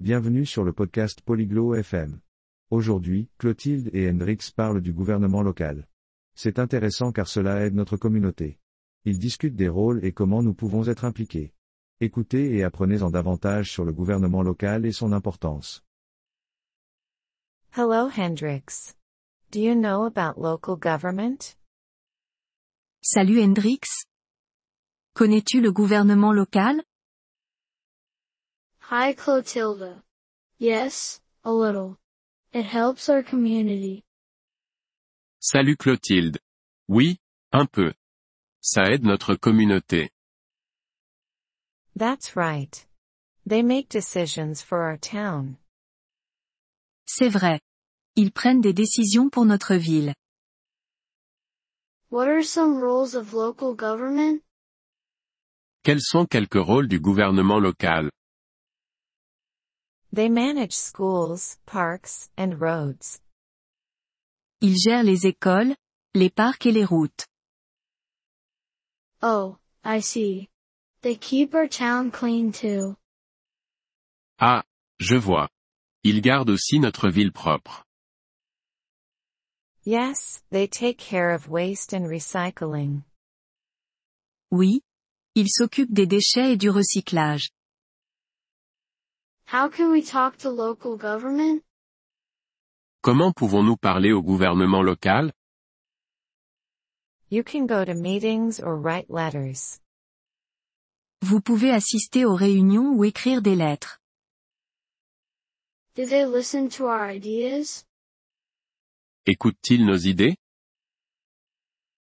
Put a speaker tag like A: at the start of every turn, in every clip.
A: Bienvenue sur le podcast Polyglot FM. Aujourd'hui, Clotilde et Hendrix parlent du gouvernement local. C'est intéressant car cela aide notre communauté. Ils discutent des rôles et comment nous pouvons être impliqués. Écoutez et apprenez-en davantage sur le gouvernement local et son importance.
B: Hello, Hendrix. Do you know about local government?
C: Salut Hendrix. Connais-tu le gouvernement local
D: Hi Clotilda. Yes, a little. It helps our community.
E: Salut Clotilde. Oui, un peu. Ça aide notre communauté.
B: That's right. They make decisions for our town.
C: C'est vrai. Ils prennent des décisions pour notre ville.
D: What are some roles of local government?
E: Quels sont quelques rôles du gouvernement local
B: They manage schools, parks, and roads.
C: Ils gèrent les écoles, les parcs et les routes.
D: Oh, I see. They keep our town clean too.
E: Ah, je vois. Ils gardent aussi notre ville propre.
B: Yes, they take care of waste and recycling.
C: Oui. Ils s'occupent des déchets et du recyclage.
D: How can we talk to local government?
E: Comment pouvons-nous parler au gouvernement local
B: You can go to meetings or write letters.
C: Vous pouvez assister aux réunions ou écrire des lettres.
D: Do they listen to our ideas?
E: Écoutent-ils nos idées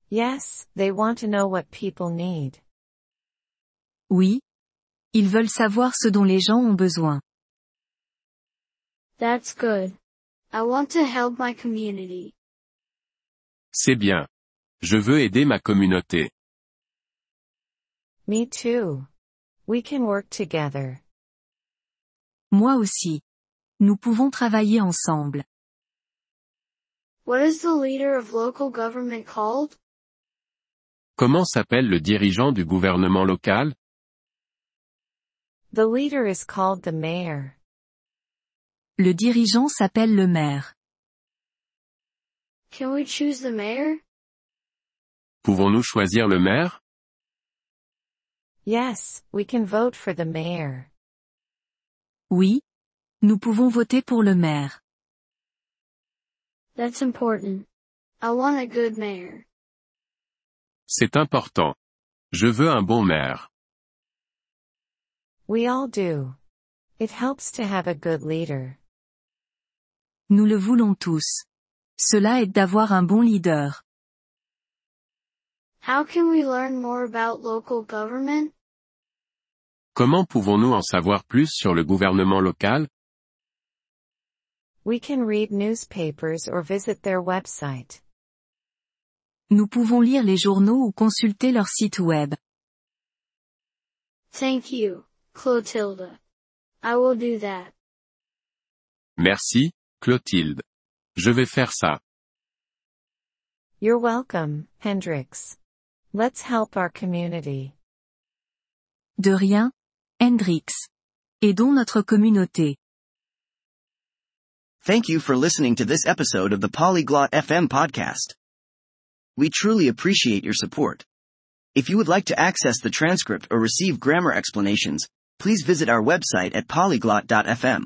B: Yes, they want to know what people need.
C: Oui. Ils veulent savoir ce dont les gens ont besoin.
D: That's good. I want to help my community.
E: C'est bien. Je veux aider ma communauté.
B: Me too. We can work together.
C: Moi aussi. Nous pouvons travailler ensemble.
D: What is the leader of local government called?
E: Comment s'appelle le dirigeant du gouvernement local
B: The leader is called the mayor.
C: Le dirigeant s'appelle le maire.
D: Can we choose the mayor?
E: Pouvons-nous choisir le maire
B: Yes, we can vote for the mayor.
C: Oui. Nous pouvons voter pour le maire.
D: That's important. I want a good mayor.
E: C'est important. Je veux un bon maire.
B: We all do. It helps to have a good leader.
C: Nous le voulons tous. Cela aide d'avoir un bon leader.
D: How can we learn more about local government?
E: Comment pouvons-nous en savoir plus sur le gouvernement local
B: We can read newspapers or visit their website.
C: Nous pouvons lire les journaux ou consulter leur site web.
D: Thank you, Clotilda. I will do that.
E: Merci, Clotilde. Je vais faire ça.
B: You're welcome, Hendrix. Let's help our community.
C: De rien. Hendrix. Aidons notre communauté.
F: Thank you for listening to this episode of the Polyglot FM podcast. We truly appreciate your support. If you would like to access the transcript or receive grammar explanations, please visit our website at polyglot.fm.